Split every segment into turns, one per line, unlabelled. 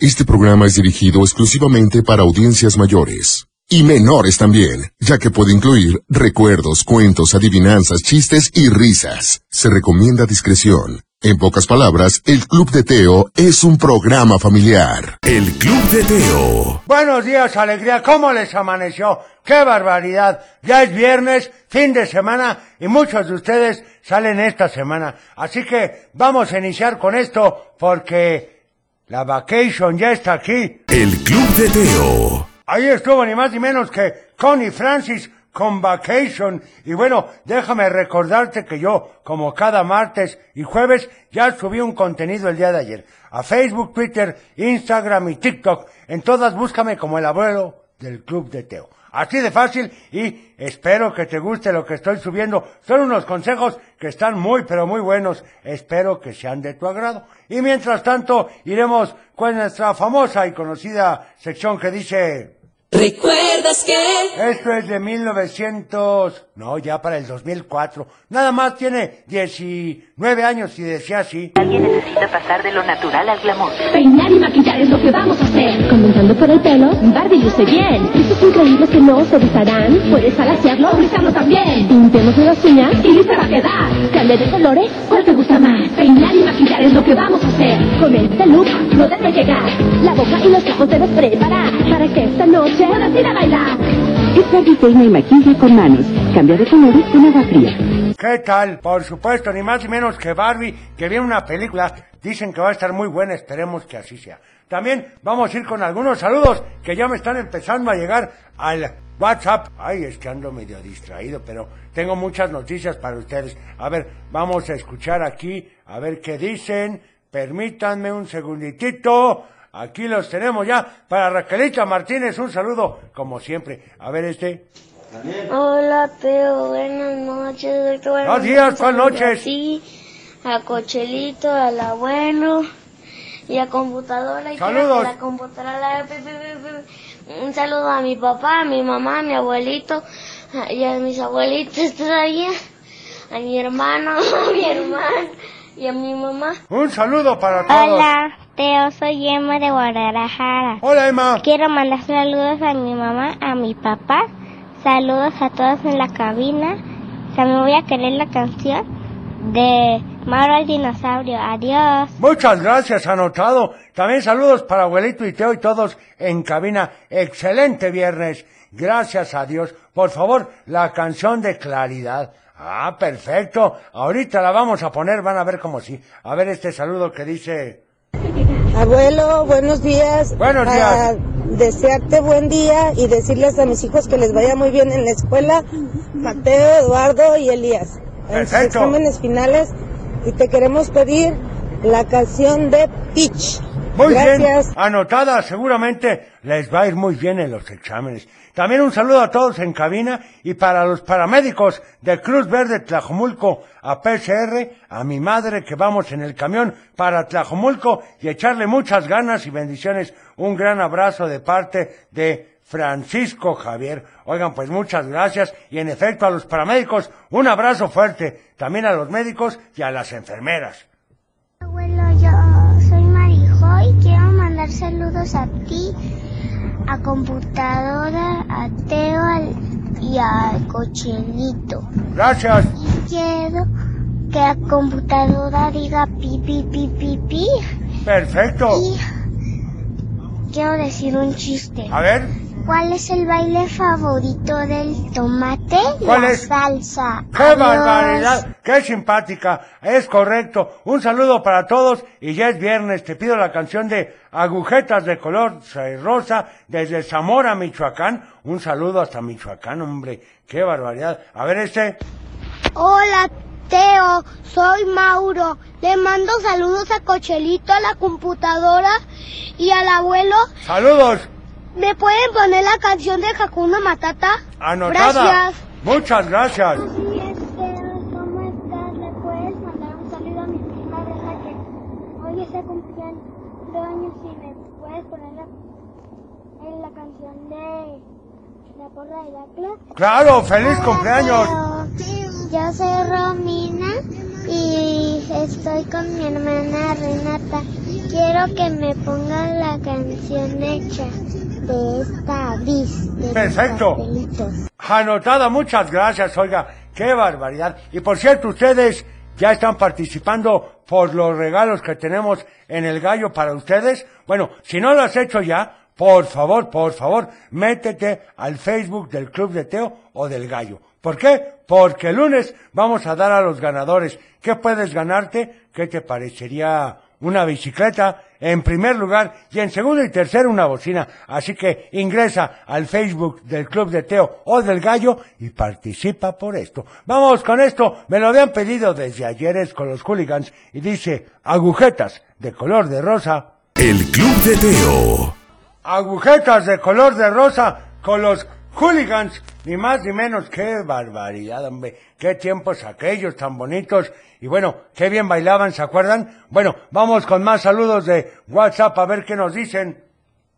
Este programa es dirigido exclusivamente para audiencias mayores y menores también, ya que puede incluir recuerdos, cuentos, adivinanzas, chistes y risas. Se recomienda discreción. En pocas palabras, el Club de Teo es un programa familiar.
El Club de Teo.
Buenos días, alegría. ¿Cómo les amaneció? ¡Qué barbaridad! Ya es viernes, fin de semana, y muchos de ustedes salen esta semana. Así que vamos a iniciar con esto porque la vacation ya está aquí.
El Club de Teo.
Ahí estuvo ni más ni menos que Connie Francis con Vacation. Y bueno, déjame recordarte que yo, como cada martes y jueves, ya subí un contenido el día de ayer. A Facebook, Twitter, Instagram y TikTok. En todas búscame como el abuelo del Club de Teo. Así de fácil y espero que te guste lo que estoy subiendo. Son unos consejos que están muy pero muy buenos. Espero que sean de tu agrado. Y mientras tanto iremos con nuestra famosa y conocida sección que dice...
¿Recuerdas que?
Esto es de 1900, no, ya para el 2004. Nada más tiene 19 años y decía así.
Alguien necesita pasar de lo natural al glamour.
Peinar y maquillar es lo que vamos a hacer. Comenzando por el pelo, Barbie luce bien. Esos increíbles que no se rizarán, puedes al hacerlo, rizarlo también. Pintemos las uñas y lista va a quedar. Cambia de colores, ¿cuál te gusta más? Peinar y maquillar es lo que vamos a hacer. Con este look no debe llegar. La boca y los ojos debes preparar para que esta noche puedas ir a bailar.
Es Barbie peina y maquilla con manos. Cambia de colores con agua fría.
¿Qué tal? Por supuesto, ni más ni menos que Barbie, que viene una película. Dicen que va a estar muy buena, esperemos que así sea. También vamos a ir con algunos saludos que ya me están empezando a llegar al WhatsApp. Ay, es que ando medio distraído, pero tengo muchas noticias para ustedes. A ver, vamos a escuchar aquí, a ver qué dicen. Permítanme un segunditito. Aquí los tenemos ya. Para Raquelita Martínez, un saludo, como siempre. A ver este.
Hola, Teo. Buenas noches, doctor.
Buenos días, buenas noches.
Sí, a Cochelito, al abuelo y a computadora. Y
Saludos.
creo que la computadora la- pi, pi, pi, pi. Un saludo a mi papá, a mi mamá, a mi abuelito a- y a mis abuelitos todavía. A mi hermano, a mi hermano y a mi mamá.
Un saludo para todos.
Teo. Soy Emma de Guadalajara.
Hola, Emma.
Quiero mandar saludos a mi mamá, a mi papá, saludos a todos en la cabina. También voy a querer la canción de Mauro el dinosaurio. Adiós.
Muchas gracias, anotado. También saludos para abuelito y Teo y todos en cabina. Excelente viernes. Gracias a Dios. Por favor, la canción de claridad. Ah, perfecto. Ahorita la vamos a poner, van a ver cómo sí. A ver este saludo que dice.
Abuelo, buenos días.
Buenos
Para desearte buen día y decirles a mis hijos que les vaya muy bien en la escuela, Mateo, Eduardo y Elías. En sus
Perfecto.
exámenes finales y te queremos pedir la canción de Peach.
Muy
Gracias.
bien, anotada, seguramente les va a ir muy bien en los exámenes. También un saludo a todos en cabina y para los paramédicos de Cruz Verde Tlajomulco a PCR, a mi madre que vamos en el camión para Tlajomulco y echarle muchas ganas y bendiciones. Un gran abrazo de parte de Francisco Javier. Oigan, pues muchas gracias y en efecto a los paramédicos un abrazo fuerte, también a los médicos y a las enfermeras.
Abuelo, yo soy Marijoy. Quiero mandar saludos a ti, a computadora, a Teo al- y al cochelito.
Gracias.
Y quiero que la computadora diga pi pi pi pi pi.
Perfecto.
Y quiero decir un chiste.
A ver.
¿Cuál es el baile favorito del tomate?
¿Cuál
la
es?
salsa.
¡Qué
Adiós.
barbaridad! ¡Qué simpática! Es correcto. Un saludo para todos y ya es viernes. Te pido la canción de Agujetas de color eh, rosa desde Zamora, Michoacán. Un saludo hasta Michoacán, hombre. ¡Qué barbaridad! A ver este.
Hola, Teo, soy Mauro. Le mando saludos a Cochelito, a la computadora y al abuelo.
¡Saludos!
¿Me pueden poner la canción de Hakuna Matata?
Anotada. Muchas gracias.
¿Cómo estás? ¿Le puedes mandar un saludo a mi prima de Jaque? Hoy está cumpliendo años y me puedes poner la, en la canción de La Porra de la Clase.
Claro, feliz cumpleaños.
Yo soy Romina y estoy con mi hermana Renata.
Quiero que me pongan la canción hecha de esta avis. de
Perfecto.
mis pastelitos.
Anotada, muchas gracias, oiga, qué barbaridad. Y por cierto, ustedes ya están participando por los regalos que tenemos en el gallo para ustedes. Bueno, si no lo has hecho ya, por favor, por favor, métete al Facebook del Club de Teo o del Gallo. ¿Por qué? Porque el lunes vamos a dar a los ganadores. ¿Qué puedes ganarte? ¿Qué te parecería una bicicleta en primer lugar y en segundo y tercero una bocina. Así que ingresa al Facebook del Club de Teo o del Gallo y participa por esto. Vamos con esto, me lo habían pedido desde ayeres con los hooligans y dice agujetas de color de rosa,
El Club de Teo.
agujetas de color de rosa con los hooligans, ni más ni menos, qué barbaridad, hombre, qué tiempos aquellos tan bonitos, y bueno, qué bien bailaban, ¿se acuerdan? Bueno, vamos con más saludos de WhatsApp a ver qué nos dicen.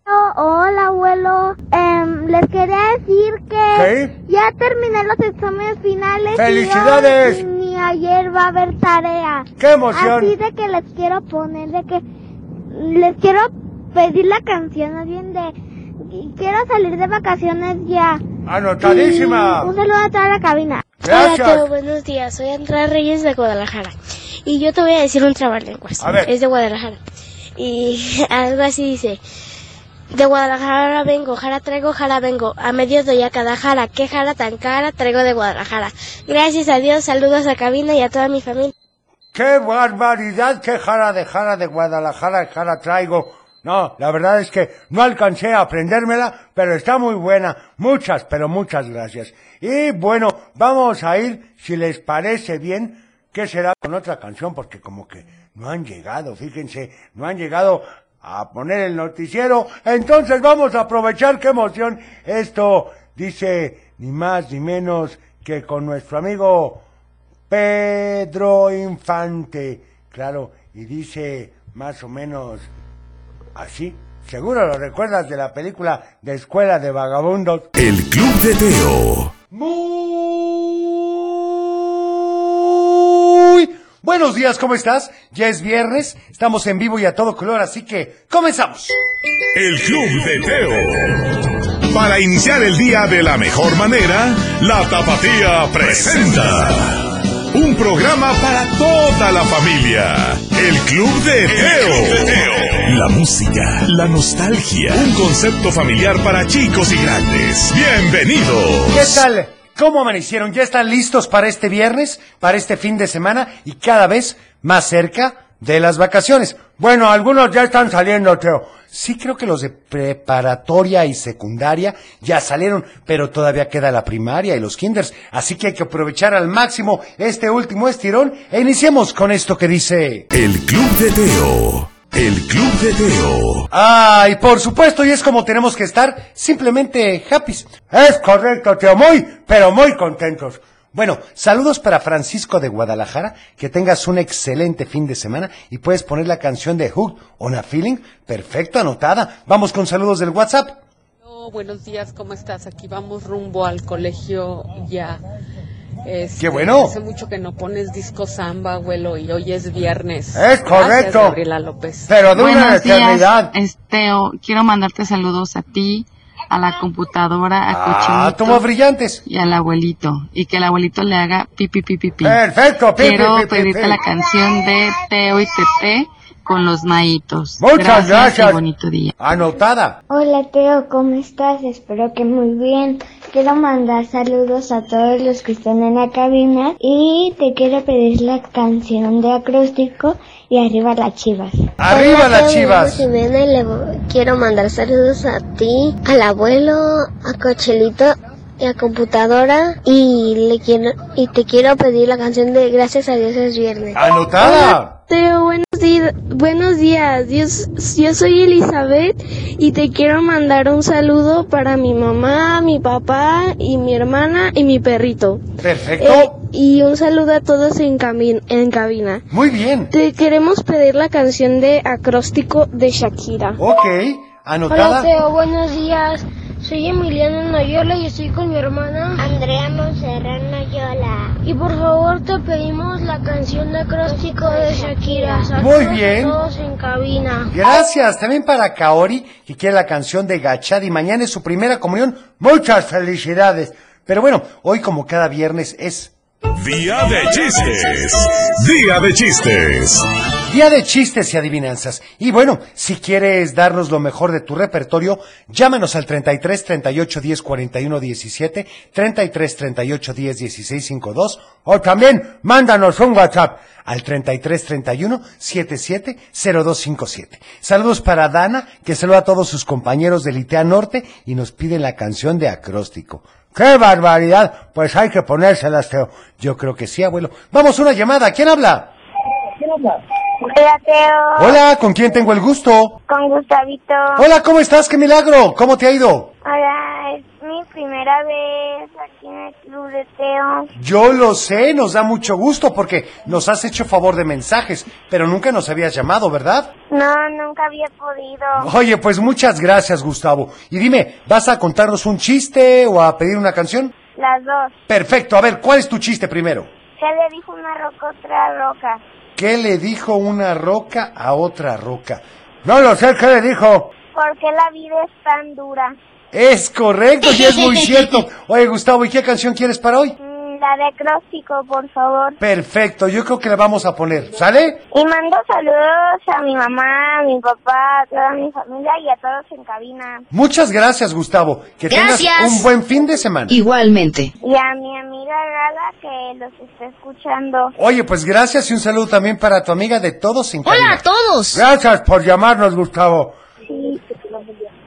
Oh, hola, abuelo. Em, les quería decir que
¿Sí?
ya terminé los exámenes finales. y
¡Felicidades!
hoy ni ayer va a haber tarea.
¡Qué emoción!
Así de que les quiero poner, de que les quiero pedir la canción, más bien de quiero salir de vacaciones ya.
Anotadísima.
Mm,
Y Un saludo a toda la cabina.
Gracias.
Hola, Teo, buenos días. Soy Andrea Reyes de Guadalajara. Y yo te voy a decir un trabalenguas.
A ver.
Es de Guadalajara. Y algo así dice. De Guadalajara vengo, jara traigo, jara vengo. A medio doy a cada jara. ¿Qué jara tan cara traigo de Guadalajara? Gracias a Dios, saludos a cabina y a toda mi familia.
¡Qué barbaridad! ¡Qué jara de jara de Guadalajara, jara traigo! No, la verdad es que no alcancé a aprendérmela, pero está muy buena. Muchas, pero muchas gracias. Y bueno, vamos a ir, si les parece bien, ¿qué será con otra canción? Porque como que no han llegado, fíjense, no han llegado a poner el noticiero. Entonces vamos a aprovechar, qué emoción. Esto dice ni más ni menos que con nuestro amigo Pedro Infante. Claro, y dice más o menos así. Seguro lo recuerdas de la película de Escuela de Vagabundos.
El Club de Teo.
Muy buenos días, ¿cómo estás? Ya es viernes, estamos en vivo y a todo color, así que comenzamos.
El Club de Teo. Para iniciar el día de la mejor manera, la Tapatía presenta un programa para toda la familia. El Club de Teo. La música, la nostalgia, un concepto familiar para chicos y grandes. Bienvenidos.
¿Qué tal? ¿Cómo amanecieron? ¿Ya están listos para este viernes, para este fin de semana y cada vez más cerca de las vacaciones?
Bueno, algunos ya están saliendo, Teo.
Sí creo que los de preparatoria y secundaria ya salieron, pero todavía queda la primaria y los kinders, así que hay que aprovechar al máximo este último estirón e iniciemos con esto que dice...
El Club de Teo. El Club de Teo.
Ay, por supuesto, y es como tenemos que estar, simplemente happy.
Es correcto, Teo. Muy, pero muy contentos.
Bueno, saludos para Francisco de Guadalajara, que tengas un excelente fin de semana y puedes poner la canción de Hook on a Feeling, perfecto, anotada. Vamos con saludos del WhatsApp.
buenos días, ¿cómo estás? Aquí vamos rumbo al colegio ya. Este,
¡Qué bueno!
Hace mucho que no pones disco samba, abuelo, y hoy es viernes.
Es correcto.
Gracias, Gabriela López.
Pero de una eternidad.
Esteo. Este, oh, Quiero mandarte saludos a ti, a la computadora,
Ah, tomos brillantes.
y al abuelito. Y que el abuelito le haga pipi, pipi, pipi.
Perfecto, pi,
Quiero
pi, pi, pi,
pedirte
pi.
la canción de Teo y
Eh.
Tete con los maitos.
Muchas gracias.
Y bonito día.
Anotada.
Hola Teo, ¿cómo estás? Espero que muy bien. Quiero mandar saludos a todos los que están en la cabina y te quiero pedir la canción de acróstico y arriba las chivas.
Arriba
Hola,
las
Teo,
chivas.
mi nombre es Jimena y le vo- quiero mandar saludos a ti, al abuelo, a Cochelito y a computadora y le quiero y te quiero pedir la canción de Gracias a Dios es viernes.
Anotada.
Teo, buenos, di- buenos días. Yo, s- yo soy Elizabeth y te quiero mandar un saludo para mi mamá, mi papá y mi hermana y mi perrito. Eh,
Perfecto.
y un saludo a todos en, cami- en cabina.
Muy bien.
Te queremos pedir la canción de acróstico de Shakira.
Ok. Anotada.
buenos días.
Soy Emiliano Noyola y estoy con mi hermana
Andrea Monserrat Noyola.
Y por favor te pedimos la canción de acróstico de Shakira.
Muy bien.
Todos en cabina.
Gracias. También para Kaori, que quiere la canción de Gachadi. Mañana es su primera comunión. Muchas felicidades. Pero bueno, hoy como cada viernes es...
Día de chistes. Día de chistes.
Día de chistes y adivinanzas. Y bueno, si quieres darnos lo mejor de tu repertorio, llámanos al 33 38 10 41 17, 33 38 10 16 52, o también mándanos un WhatsApp al 33 31 77 0257. Saludos para Dana, que saluda a todos sus compañeros del ITEA Norte y nos pide la canción de acróstico. ¡Qué barbaridad! Pues hay que ponérselas, Teo. Yo creo que sí, abuelo. Vamos, una llamada. ¿Quién habla?
¿Quién habla? Hola, Teo.
Hola, ¿con quién tengo el gusto?
Con Gustavito.
Hola, ¿cómo estás? ¡Qué milagro! ¿Cómo te ha ido?
Hola, es mi primera vez aquí en el club de Teo.
Yo lo sé, nos da mucho gusto porque nos has hecho favor de mensajes, pero nunca nos habías llamado, ¿verdad?
No, nunca había podido.
Oye, pues muchas gracias, Gustavo. Y dime, ¿vas a contarnos un chiste o a pedir una canción?
Las dos.
Perfecto, a ver, ¿cuál es tu chiste primero?
¿Qué le dijo una roca a otra roca?
¿Qué le dijo una roca a otra roca? No lo sé, ¿qué le dijo?
¿Por qué la vida es tan dura?
Es correcto y es muy cierto. Oye, Gustavo, ¿y qué canción quieres para hoy?
Mm, La de acróstico, por favor.
Perfecto, yo creo que la vamos a poner. ¿Sale?
Y mando saludos a mi mamá, a mi papá, a toda mi familia y a todos en cabina.
Muchas gracias, Gustavo. Que tengas
Gracias.
un buen fin de semana.
Igualmente.
Y a mi amiga Gala que los está escuchando.
Oye, pues gracias y un saludo también para tu amiga de todos en cabina.
todos!
Gracias por llamarnos, Gustavo.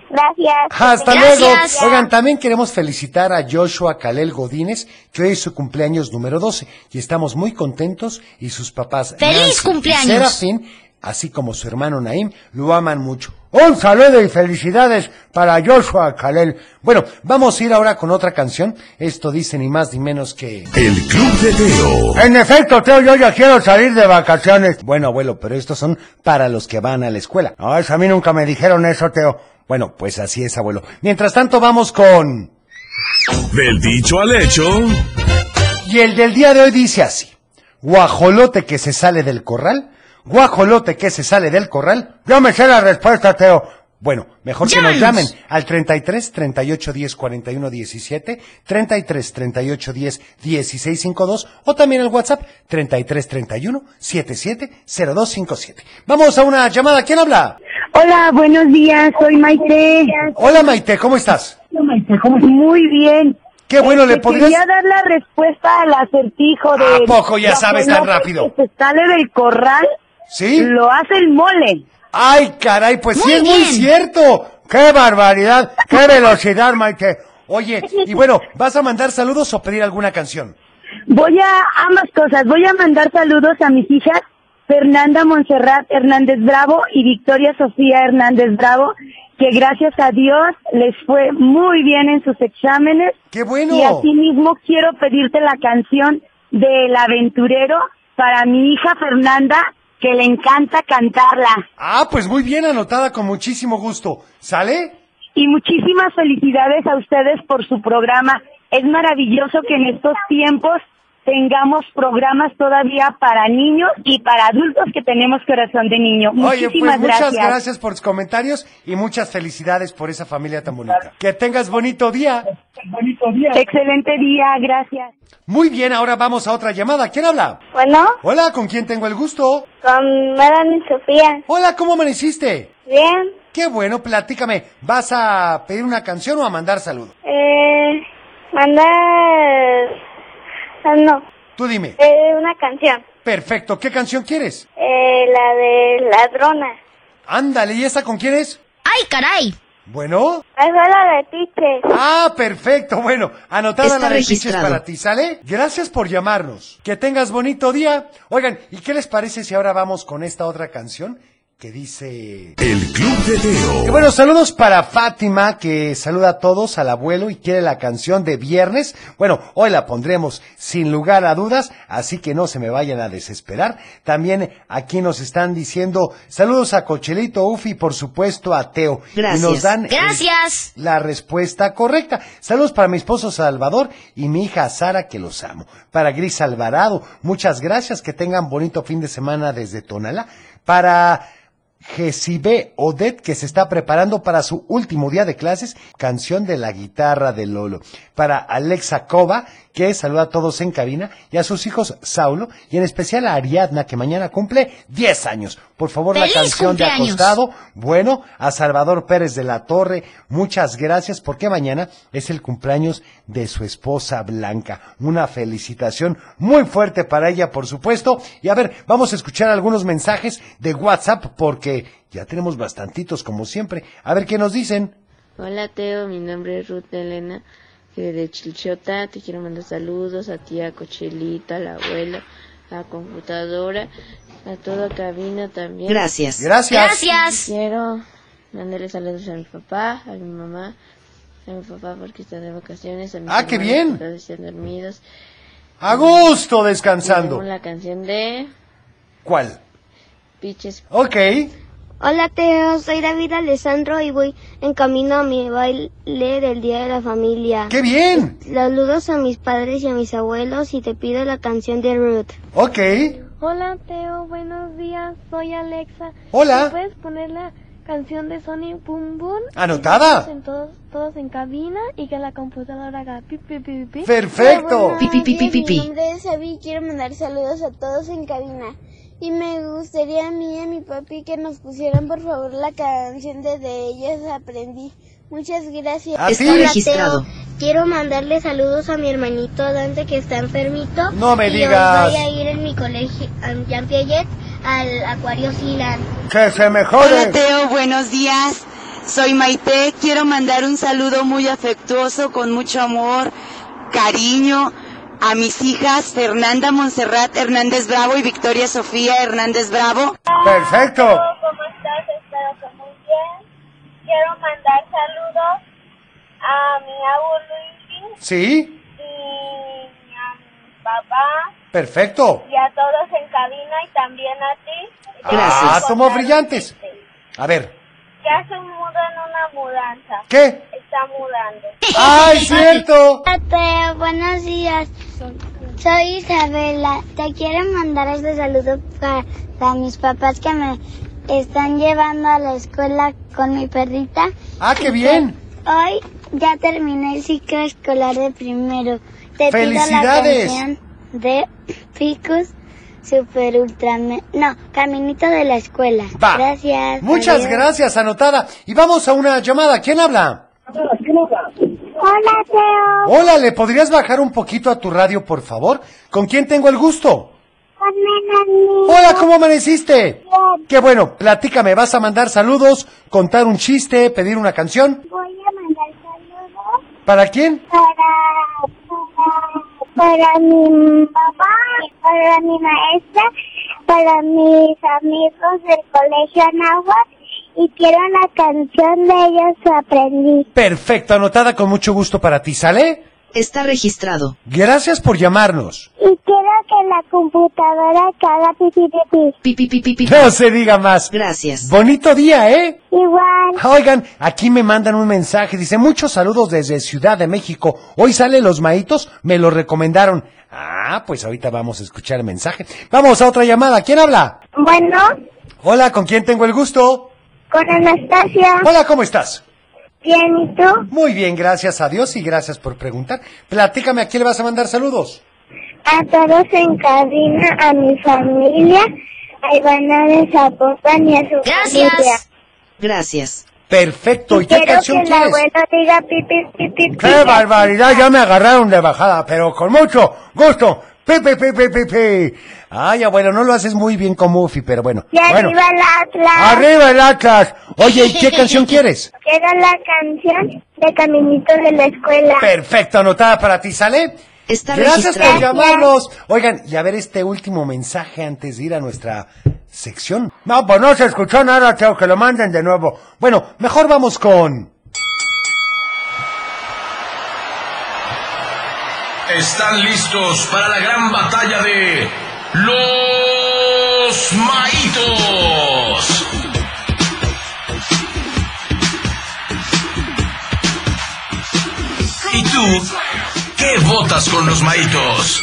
Gracias.
Hasta luego. Oigan, también queremos felicitar a Joshua Kalel Godínez, que hoy es su cumpleaños número 12 y estamos muy contentos y sus papás
¡Feliz
Nancy y
cumpleaños!
Serafín, así como su hermano Naim, lo aman mucho. Un saludo y felicidades para Joshua Kalel. Bueno, vamos a ir ahora con otra canción. Esto dice ni más ni menos que...
El Club de Teo.
En efecto, Teo, yo ya quiero salir de vacaciones. Bueno, abuelo, pero estos son para los que van a la escuela. No, eso a mí nunca me dijeron eso, Teo. Bueno, pues así es, abuelo. Mientras tanto, vamos con...
Del dicho al hecho.
Y el del día de hoy dice así. Guajolote que se sale del corral. Guajolote que se sale del corral. Yo me sé la respuesta, Teo. Bueno, mejor que nos llamen
Llámenos.
al 33 38 10 41 17, 33 38 10 16 52 o también el WhatsApp 33 31 77 02 57. Vamos a una llamada. ¿Quién habla?
Hola, buenos días, soy Maite.
Hola Maite, ¿cómo estás?
Muy bien.
Qué bueno, ¿le
Este,
podrías-
Quería dar la respuesta al acertijo de...
¿A poco ya
de
sabes tan
Guajolote
rápido?
que se sale del corral.
¿Sí?
Lo hace el mole.
Ay, caray, pues sí
Muy
es muy
bien.
cierto. ¡Qué barbaridad! ¡Qué velocidad, Maite! Oye, y bueno, ¿vas a mandar saludos o pedir alguna canción?
Voy a ambas cosas. Voy a mandar saludos a mis hijas, Fernanda Montserrat Hernández Bravo y Victoria Sofía Hernández Bravo, que gracias a Dios les fue muy bien en sus exámenes.
¡Qué bueno!
Y asimismo quiero pedirte la canción del aventurero para mi hija Fernanda, que le encanta cantarla.
Ah, pues muy bien anotada, con muchísimo gusto. ¿Sale?
Y muchísimas felicidades a ustedes por su programa. Es maravilloso que en estos tiempos tengamos programas todavía para niños y para adultos que tenemos corazón de niño.
Oye, pues
Muchísimas
muchas gracias.
gracias.
por tus comentarios y muchas felicidades por esa familia tan bonita. Que tengas bonito día. Bonito día.
Excelente día, gracias.
Muy bien, ahora vamos a otra llamada. ¿Quién habla?
Bueno,
Hola, ¿con quién tengo el gusto?
con Melanie Sofía.
Hola, ¿cómo amaneciste?
Bien.
Qué bueno, platícame. ¿Vas a pedir una canción o a mandar saludos?
Eh, mandar... ah, No,
Tú dime.
eh, una canción.
Perfecto, ¿qué canción quieres?
Eh, la de ladrona.
Ándale, ¿y esa con quién es?
¡Ay, caray!
Bueno.
Es la de Tiches.
Ah, perfecto. Bueno, anotada
Está
la de Piches
registrado.
para ti, ¿sale? Gracias por llamarnos. Que tengas bonito día. Oigan, ¿y qué les parece si ahora vamos con esta otra canción? que dice...
El Club de Teo.
Y bueno, saludos para Fátima, que saluda a todos, al abuelo y quiere la canción de viernes. Bueno, hoy la pondremos sin lugar a dudas, así que no se me vayan a desesperar. También aquí nos están diciendo saludos a Cochelito, Ufi y por supuesto a Teo.
Gracias.
Y nos dan el-
Gracias.
la respuesta correcta. Saludos para mi esposo Salvador y mi hija Sara, que los amo. Para Gris Alvarado, muchas gracias, que tengan bonito fin de semana desde Tonalá. Para... Jesibe Odet, que se está preparando para su último día de clases, canción de la guitarra de Lolo. Para Alexa Cova, que saluda a todos en cabina, y a sus hijos Saulo, y en especial a Ariadna, que mañana cumple 10 años. Por favor,
¡Feliz
la canción de
cumpleaños!
acostado. Bueno, a Salvador Pérez de la Torre, muchas gracias, porque mañana es el cumpleaños de su esposa Blanca. Una felicitación muy fuerte para ella, por supuesto. Y a ver, vamos a escuchar algunos mensajes de WhatsApp, porque ya tenemos bastantitos, como siempre. A ver qué nos dicen.
Hola Teo, mi nombre es Ruth Elena, que de Chilchota. Te quiero mandar saludos a ti, a Cochelito, a la abuela, a la computadora, a toda cabina también.
Gracias. Gracias. Gracias.
Quiero mandarle saludos a mi papá, a mi mamá, a mi papá porque está de vacaciones, a mis
Ah, qué
hermanos,
bien.
que todos están dormidos.
A gusto
Tenemos
descansando.
La canción de
¿Cuál?
Piches.
Ok.
Hola Teo, soy David Alessandro y voy en camino a mi baile del Día de la Familia.
¡Qué bien!
Saludos a mis padres y a mis abuelos y te pido la canción de Ruth.
Ok.
Hola Teo, buenos días, soy Alexa.
Hola.
¿Me ¿Puedes poner la canción de Sonic Boom Boom?
Anotada.
Estamos En todos, todos en cabina y que la computadora haga pi pi pi pi.
Perfecto.
Pi, pi, pi, pi, pi, pi.
Mi nombre es Abby y quiero mandar saludos a todos en cabina. Y me gustaría a mí y a mi papi que nos pusieran por favor la canción de De ellas aprendí. Muchas gracias.
Así. Está registrado.
Teo. Quiero mandarle saludos a mi hermanito Dante que está enfermito.
No me
Y hoy
digas.
voy a ir en mi colegio, a Jean Piaget, al Acuario Silan.
Que se
Hola
mejore.
Teo, buenos días. Soy Maite, quiero mandar un saludo muy afectuoso, con mucho amor, cariño, a mis hijas Fernanda Monserrat Hernández Bravo y Victoria Sofía Hernández Bravo.
Perfecto.
¿Cómo estás? Espero que muy bien. Quiero mandar saludos a mi abuelo Luigi
Sí,
y a mi papá
perfecto.
y a todos en cabina y también a ti.
Ah, somos brillantes. A ver,
Ya se muda en una mudanza.
¿qué?
Está mudando.
¡Ay, cierto!
Mateo, buenos días. Soy Isabela. Te quiero mandar este saludo para, para mis papás que me están llevando a la escuela con mi perrita.
¡Ah, qué bien!
Hoy ya terminé el ciclo escolar de primero. Te
¡Felicidades!
pido la canción de Picus Super Ultra. Me- No, Caminito de la Escuela.
Va.
Gracias.
Muchas
Adiós.
gracias, anotada. Y vamos a una llamada. ¿Quién habla?
Hola, Teo.
Hola, ¿le podrías bajar un poquito a tu radio, por favor? ¿Con quién tengo el gusto?
Con Melanie.
Hola, ¿cómo amaneciste? Qué bueno, platícame, ¿vas a mandar saludos, contar un chiste, pedir una canción?
Voy a mandar saludos
¿Para quién?
para, para, para mi papá, para mi maestra, para mis amigos del colegio Anáhuac y quiero la canción de ellos aprendí.
Perfecto, anotada con mucho gusto para ti, ¿sale? Está registrado. Gracias por llamarnos.
Y quiero que la computadora que haga pipi pipi.
Pipi pipi pipi.
No se diga más.
Gracias.
Bonito día, ¿eh?
Igual.
Oigan, aquí me mandan un mensaje. Dice, muchos saludos desde Ciudad de México. Hoy sale Los Maitos, me lo recomendaron. Ah, pues ahorita vamos a escuchar el mensaje. Vamos a otra llamada. ¿Quién habla?
Bueno,
Hola, ¿con quién tengo el gusto?
con Anastasia.
Hola, ¿cómo estás?
Bien, ¿y tú?
Muy bien, gracias a Dios y gracias por preguntar. Platícame, ¿a quién le vas a mandar saludos?
A todos en cabina, a mi familia, a Ivana de Zapopan y a su familia.
Gracias.
Perfecto, ¿y qué
Quiero que
canción
el
quieres?
abuelo diga pipi pipi pipi.
¡Qué barbaridad! Ya me agarraron de bajada, pero con mucho gusto. Pi, pi, pi, pi, pi, pi. Ay, abuelo, no lo haces muy bien como Ufi, pero bueno.
Y
bueno.
arriba el Atlas.
¡Arriba el Atlas! Oye, ¿y qué canción quieres?
Quiero la canción de Caminito de la Escuela.
Perfecto, anotada para ti, ¿sale?
Está
Gracias
registrado.
por llamarnos. Oigan, y a ver este último mensaje antes de ir a nuestra sección. No, pues no se escuchó nada, tengo que lo manden de nuevo. Bueno, mejor vamos con...
Están listos para la gran batalla de los maitos. ¿Y tú qué votas con los maitos?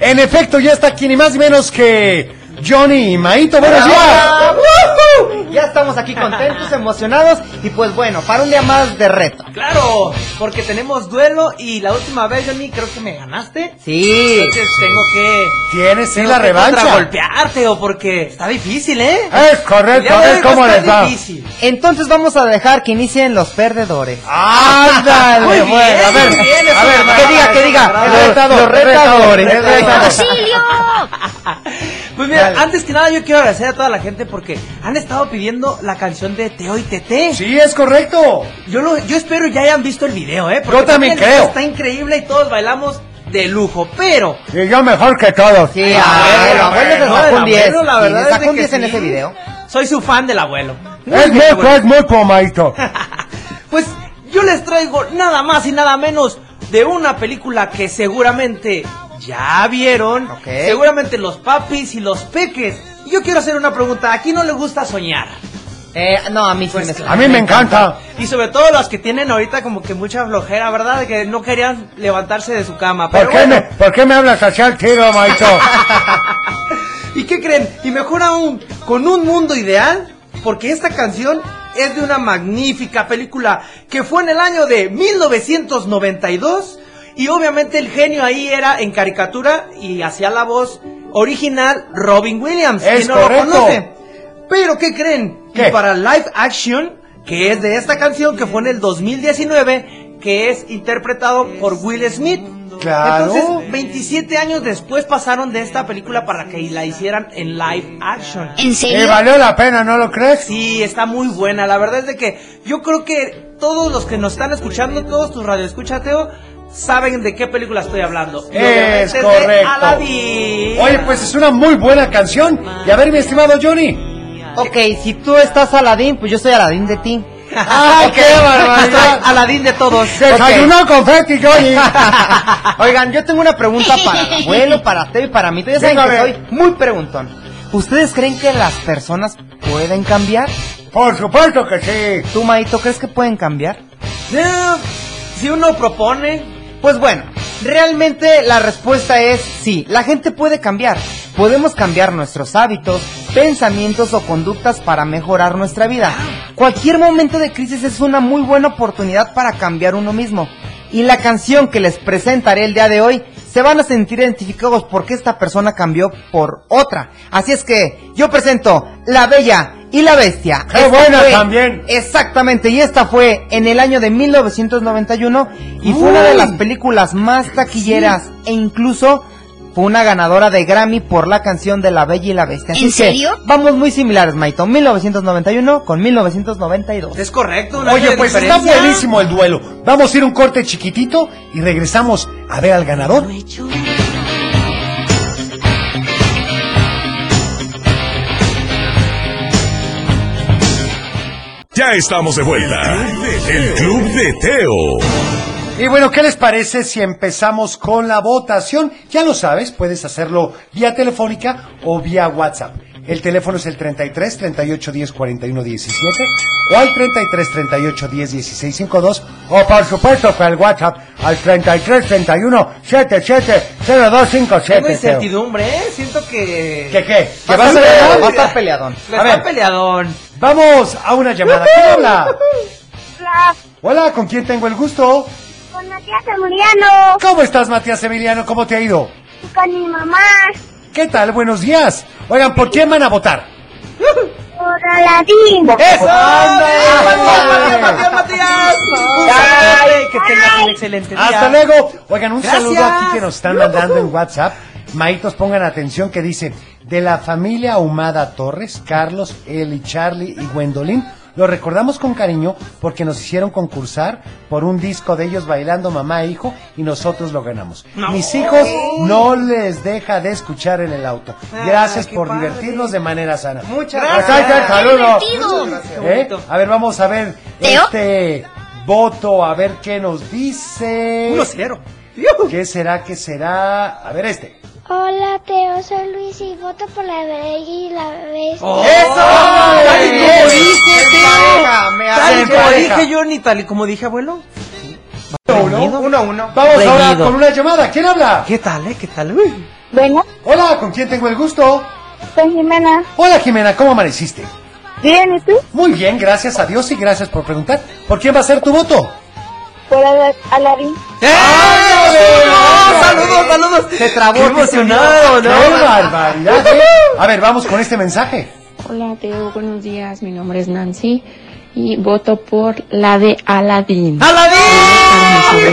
En efecto, ya está aquí ni más ni menos que... Johnny y Maito, buenos días.
¡Woohoo! Ya estamos aquí contentos, emocionados y pues bueno, para un día más de reto.
Claro, porque tenemos duelo y la última vez, Johnny, creo que me ganaste.
Sí.
Entonces tengo que...
Tienes sí
tengo
la
que
revancha.
golpearte o porque está difícil, ¿eh?
Es correcto,
Ya
a
voy
ver
a
cómo
buscar
les va.
difícil.
Entonces vamos a dejar que inicien los perdedores.
Ándale,
Muy
bueno, a
bien,
ver,
muy bien,
a
eso
ver,
me
que
agrada,
diga, que
eso
diga,
me agrada.
el retador,
Los
el retador,
retadores,
el retador.
¡Auxilio!
Pues mira,
Dale.
antes que nada yo quiero agradecer a toda la gente porque han estado pidiendo la canción de Teo y Tete.
Sí, es correcto.
Yo lo, yo espero ya hayan visto el video, ¿eh? Porque
Yo también
el video
creo.
Está increíble y todos bailamos de lujo, pero...
Y yo mejor que todos.
Sí, abuelo, abuelo te
No,
sacó un
el
10.
abuelo, la
Sí,
verdad
le
es de
sacó un
que
10 en
sí.
ese video.
Soy su fan del abuelo.
Es
Muy
muy,
bueno.
es muy pomaito.
Pues yo les traigo nada más y nada menos de una película que seguramente ya vieron. Seguramente los papis y los peques. Y yo quiero hacer una pregunta. ¿A quién no le gusta soñar? Pues,
Eh, no, a mí sí me
A mí me encanta.
Y sobre todo los que tienen ahorita como que mucha flojera, ¿verdad? De que no querían levantarse de su cama. Pero
¿Por qué,
bueno.
me, ¿Por qué me hablas así al tiro, Maito?
¿Y qué creen? Y mejor aún, con un mundo ideal, porque esta canción es de una magnífica película que fue en el año de 1992 y obviamente el genio ahí era en caricatura y hacía la voz original Robin Williams,
Es
que no
correcto.
lo conoce. Pero ¿qué creen?
¿Qué?
Y para live action, que es de esta canción que fue en el 2019, que es interpretado por Will Smith.
Claro.
Entonces, 27 años después pasaron de esta película para que la hicieran en live action.
¿En
Y valió la pena, ¿no lo crees?
Sí, está muy buena. La verdad es de que yo creo que todos los que nos están escuchando, todos tus radioescuchateo, saben de qué película estoy hablando. Y obviamente
Es
de
correcto.
Aladdin.
Oye, pues es una muy buena canción. Y a ver, mi estimado Johnny.
Ok, si tú estás Aladín, pues yo soy Aladín de ti.
¡Ay, qué barbaridad!
Soy Aladín de todos.
Desayunó confeti, Johnny.
Oigan, yo tengo una pregunta para el abuelo, para Teo y para mí. Ustedes saben
Venga,
que
a ver.
soy muy preguntón. ¿Ustedes creen que las personas pueden cambiar?
Por supuesto que sí.
¿Tú, Maito, crees que pueden cambiar?
Eh, Si uno propone,
Pues bueno, realmente la respuesta es sí, la gente puede cambiar. Podemos cambiar nuestros hábitos, pensamientos o conductas para mejorar nuestra vida. Cualquier momento de crisis es una muy buena oportunidad para cambiar uno mismo. Y la canción que les presentaré el día de hoy se van a sentir identificados porque esta persona cambió por otra. Así es que yo presento La Bella y la Bestia.
¡Qué buena también!
Exactamente, y esta fue en el año de 1991 y fue una de las películas más taquilleras e incluso fue una ganadora de Grammy por la canción de La Bella y la Bestia. Así
¿En
que
serio?
vamos muy similares, Maito. 1991 con 1992.
es correcto. un año
Oye,
de
pues está
diferencia.
buenísimo el duelo. Vamos a ir un corte chiquitito y regresamos a ver al ganador.
Ya estamos de vuelta. El Club de Teo.
Y bueno, ¿qué les parece si empezamos con la votación? Ya lo sabes, puedes hacerlo vía telefónica o vía WhatsApp. El teléfono es el 33 38 10 41 17 o al 33 38 10 16 52 o por supuesto con el WhatsApp al 33 31 77 02 57.
Tengo
Teo.
incertidumbre, ¿eh? Siento que...
¿Qué qué? ¿Que
Va a
vas a ganar?
estar peleadón, va a estar peleadón.
Me
A
está
ver.
peleadón.
Vamos a una llamada. ¿Quién habla?
Hola,
Hola, ¿con quién tengo el gusto?
con Matías Emiliano,
¿Cómo estás, Matías Emiliano? ¿Cómo te ha ido?
con mi mamá,
¿Qué tal? Buenos días. Oigan, ¿por quién van a votar?
por Aladín.
¡Eso!
¡Matías, Matías, Matías! Un saludote, Que tengas un excelente día.
Hasta luego. Oigan, un
Gracias.
saludo aquí que nos están mandando en WhatsApp. Maitos, pongan atención que dice, de la familia Ahumada Torres, Carlos, Eli, Charlie y Gwendolyn, Los recordamos con cariño porque nos hicieron concursar por un disco de ellos bailando mamá e hijo y nosotros lo ganamos. Mis hijos no les deja de escuchar en el auto. Gracias por divertirnos de manera sana.
Ah, Muchas
Pues
gracias.
ahí está el saludo.
Divertido. Muchas gracias.
¿Eh? A ver, vamos a ver
¿Teo?
este voto, a ver qué nos dice.
1-0.
¿Qué será? ¿Qué será? A ver este.
Hola, Teo, soy Luis y voto por la Bella y la Bestia.
Oh.
¡Eso! Tal y como
¡Es!
dije,
¡En
Teo.
pareja! Me
Tal y
hacen
como
pareja.
dije yo, ni tal y como dije, abuelo.
Uno,
uno, uno.
Vamos ahora con una llamada. ¿Quién habla?
¿Qué tal, eh? ¿Qué tal, uy?
Bueno. Hola, ¿con quién tengo el gusto?
Soy Jimena.
Hola, Jimena, ¿cómo amaneciste?
Bien, ¿y tú?
Muy bien, gracias a Dios y gracias por preguntar. ¿Por quién va a ser tu voto?
Por Ala- Aladín.
¡Saludos, saludos!
Se trabó.
Qué emocionado,
¡Qué
¿no?
barbaridad! eh! A ver, vamos con este mensaje.
Hola Teo, buenos días. Mi nombre es Nancy y voto por la de Aladdin.
¡Aladín!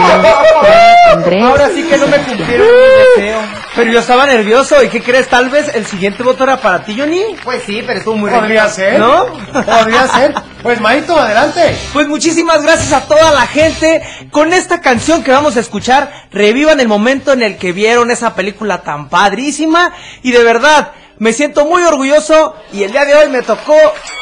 Ahora sí que no me cumplieron mi deseo. Pero yo estaba nervioso. ¿Y qué crees? Tal vez el siguiente voto era para ti, Johnny. Pues sí, pero estuvo muy
Podría
reñido.
ser.
¿No?
Podría ser. Pues, Maito, adelante.
Pues muchísimas gracias a toda la gente. Con esta canción que vamos a escuchar, revivan el momento en el que vieron esa película tan padrísima. Y de verdad, me siento muy orgulloso. Y el día de hoy me tocó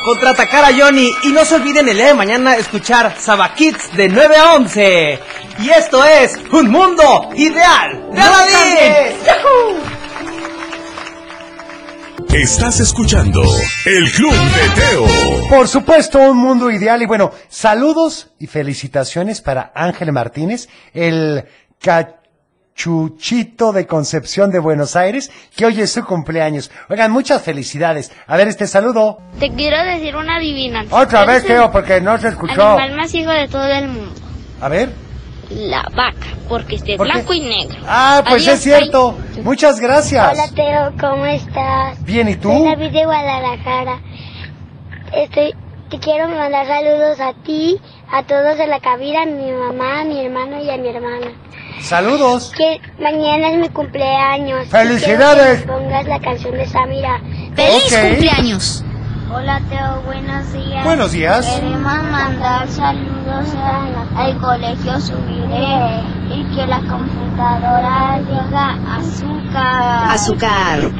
contraatacar a Johnny. Y no se olviden el día de mañana escuchar Saba Kids de 9 a 11. Y esto es Un Mundo Ideal. ¡De Aladdin!
Estás escuchando el Club de Teo.
Por supuesto, un mundo ideal. Y bueno, saludos y felicitaciones para Ángel Martínez, el cachuchito de Concepción de Buenos Aires, que hoy es su cumpleaños. Oigan, muchas felicidades. A ver, este saludo.
Te quiero decir una adivinanza.
Otra
¿Cuál
vez,
es el
Teo, porque no se escuchó.
Animal más hijo de todo el mundo.
A ver.
La vaca, porque este es
¿Por qué?
blanco y negro.
Ah, pues
Adiós,
es cierto. Muchas gracias.
Hola Teo, ¿cómo estás?
Bien, ¿y tú?
Soy David de Guadalajara. Estoy, te quiero mandar saludos a ti, a todos de la cabina, a mi mamá, a mi hermano y a mi hermana.
Saludos.
Que mañana es mi cumpleaños.
¡Felicidades!
Y quiero que me pongas la canción de Samira.
¡Feliz Ok. cumpleaños!
Hola Teo, buenos días.
Buenos días.
Queremos mandar saludos al colegio Subiré y que la computadora diga azúcar.
Azúcar.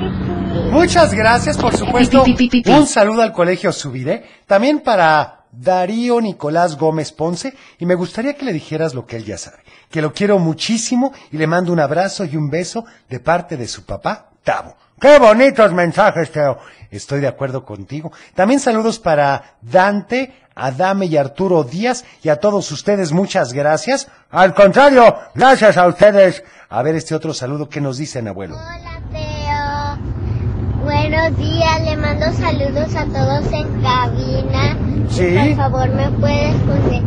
Muchas gracias, por supuesto. Un saludo al colegio Subiré. También para Darío Nicolás Gómez Ponce. Y me gustaría que le dijeras lo que él ya sabe. Que lo quiero muchísimo y le mando un abrazo y un beso de parte de su papá, Tavo. ¡Qué bonitos mensajes, Teo! Estoy de acuerdo contigo. También saludos para Dante, Adame y Arturo Díaz. Y a todos ustedes, muchas gracias. Al contrario, gracias a ustedes. A ver este otro saludo que nos dicen, abuelo.
Teo. Buenos días, le mando saludos a todos en cabina.
Sí.
Por favor, me puedes poner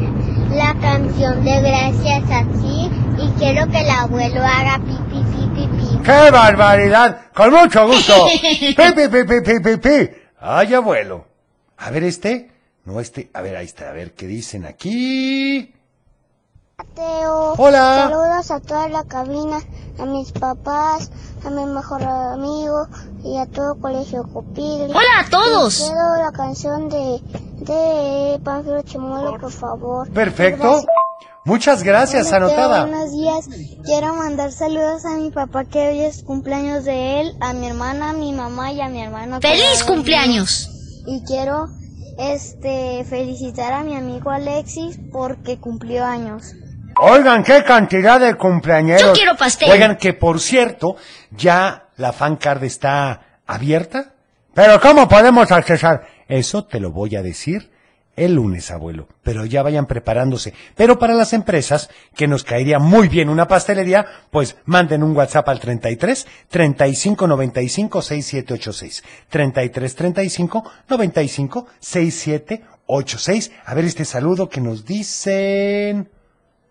la canción de Gracias a ti y quiero que el abuelo haga pipi pipi pipi.
¡Qué barbaridad! ¡Con mucho gusto! ¡Pi, pi, pi, pi, pi, pi, pi! ay abuelo! A ver, este. No, este. A ver, ahí está. A ver qué dicen aquí.
Teo.
Hola.
Saludos a toda la cabina, a mis papás, a mi mejor amigo y a todo Colegio Copil.
Hola a todos.
Y Quiero la canción de, de Panfilo Chimuelo, por favor.
Perfecto. Muchas gracias,
Hola, Teo,
anotada.
buenos días. Quiero mandar saludos a mi papá que hoy es cumpleaños de él, a mi hermana, a mi mamá y a mi hermano.
¡Feliz cumpleaños!
Y quiero este felicitar a mi amigo Alexis porque cumplió años.
Oigan, qué cantidad de cumpleañeros.
Yo quiero pastel.
Oigan, que por cierto, ya la fan card está abierta. Pero ¿cómo podemos accesar? Eso te lo voy a decir el lunes, abuelo. Pero ya vayan preparándose. Pero para las empresas, que nos caería muy bien una pastelería, pues manden un WhatsApp al 33 35 95 6786. 33 35 95 6786. A ver este saludo que nos dicen.